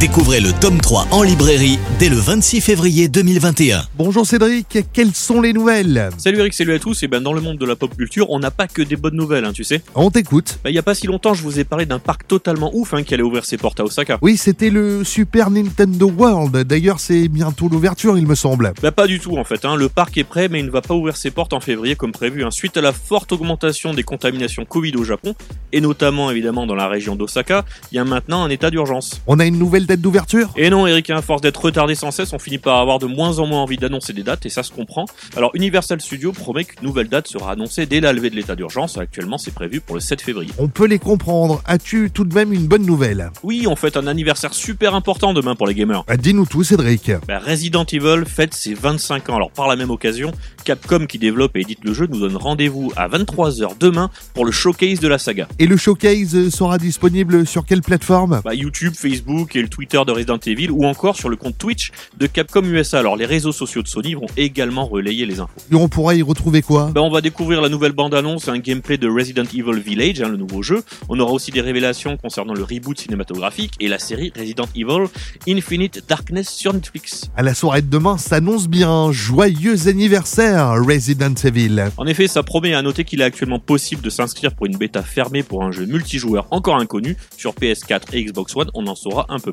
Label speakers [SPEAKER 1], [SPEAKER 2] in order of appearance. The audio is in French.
[SPEAKER 1] Découvrez le tome 3 en librairie dès le 26 février 2021.
[SPEAKER 2] Bonjour Cédric, quelles sont les nouvelles
[SPEAKER 3] Salut Eric, salut à tous. Et ben dans le monde de la pop culture, on n'a pas que des bonnes nouvelles, hein, tu sais.
[SPEAKER 2] On t'écoute.
[SPEAKER 3] Ben, Il n'y a pas si longtemps, je vous ai parlé d'un parc totalement ouf hein, qui allait ouvrir ses portes à Osaka.
[SPEAKER 2] Oui, c'était le Super Nintendo World. D'ailleurs, c'est bientôt l'ouverture, il me semble.
[SPEAKER 3] Bah pas du tout en fait, hein. le parc est prêt mais il ne va pas ouvrir ses portes en février comme prévu, hein. suite à la forte augmentation des contaminations Covid au Japon, et notamment évidemment dans la région d'Osaka, il y a maintenant un état d'urgence.
[SPEAKER 2] On a une nouvelle date d'ouverture
[SPEAKER 3] Et non Eric, hein, à force d'être retardé sans cesse, on finit par avoir de moins en moins envie d'annoncer des dates, et ça se comprend. Alors Universal Studios promet qu'une nouvelle date sera annoncée dès la levée de l'état d'urgence, actuellement c'est prévu pour le 7 février.
[SPEAKER 2] On peut les comprendre. As-tu tout de même une bonne nouvelle
[SPEAKER 3] Oui, on fête un anniversaire super important demain pour les gamers.
[SPEAKER 2] Ah, Dis-nous tout, Cédric.
[SPEAKER 3] Bah, Resident Evil fête ses 25 ans. Alors par la même occasion, Capcom qui développe et édite le jeu nous donne rendez-vous à 23h demain pour le showcase de la saga.
[SPEAKER 2] Et le showcase sera disponible sur quelle plateforme
[SPEAKER 3] Bah, YouTube, Facebook et le Twitter de Resident Evil ou encore sur le compte Twitch de Capcom USA. Alors les réseaux sociaux de Sony vont également relayer les infos.
[SPEAKER 2] Et on pourra y retrouver quoi
[SPEAKER 3] Bah, on va découvrir la nouvelle bande-annonce et un gameplay de Resident Evil Village, hein, le nouveau jeu. On aura aussi des révélations concernant le reboot cinématographique et la série Resident Evil Infinite Darkness sur Netflix.
[SPEAKER 2] À la soirée de demain s'annonce bien. Joyeux anniversaire, Resident Evil.
[SPEAKER 3] En effet, ça promet à noter qu'il est actuellement possible de s'inscrire pour une bêta fermée pour un jeu multijoueur encore inconnu sur PS4 et Xbox One. On en saura un peu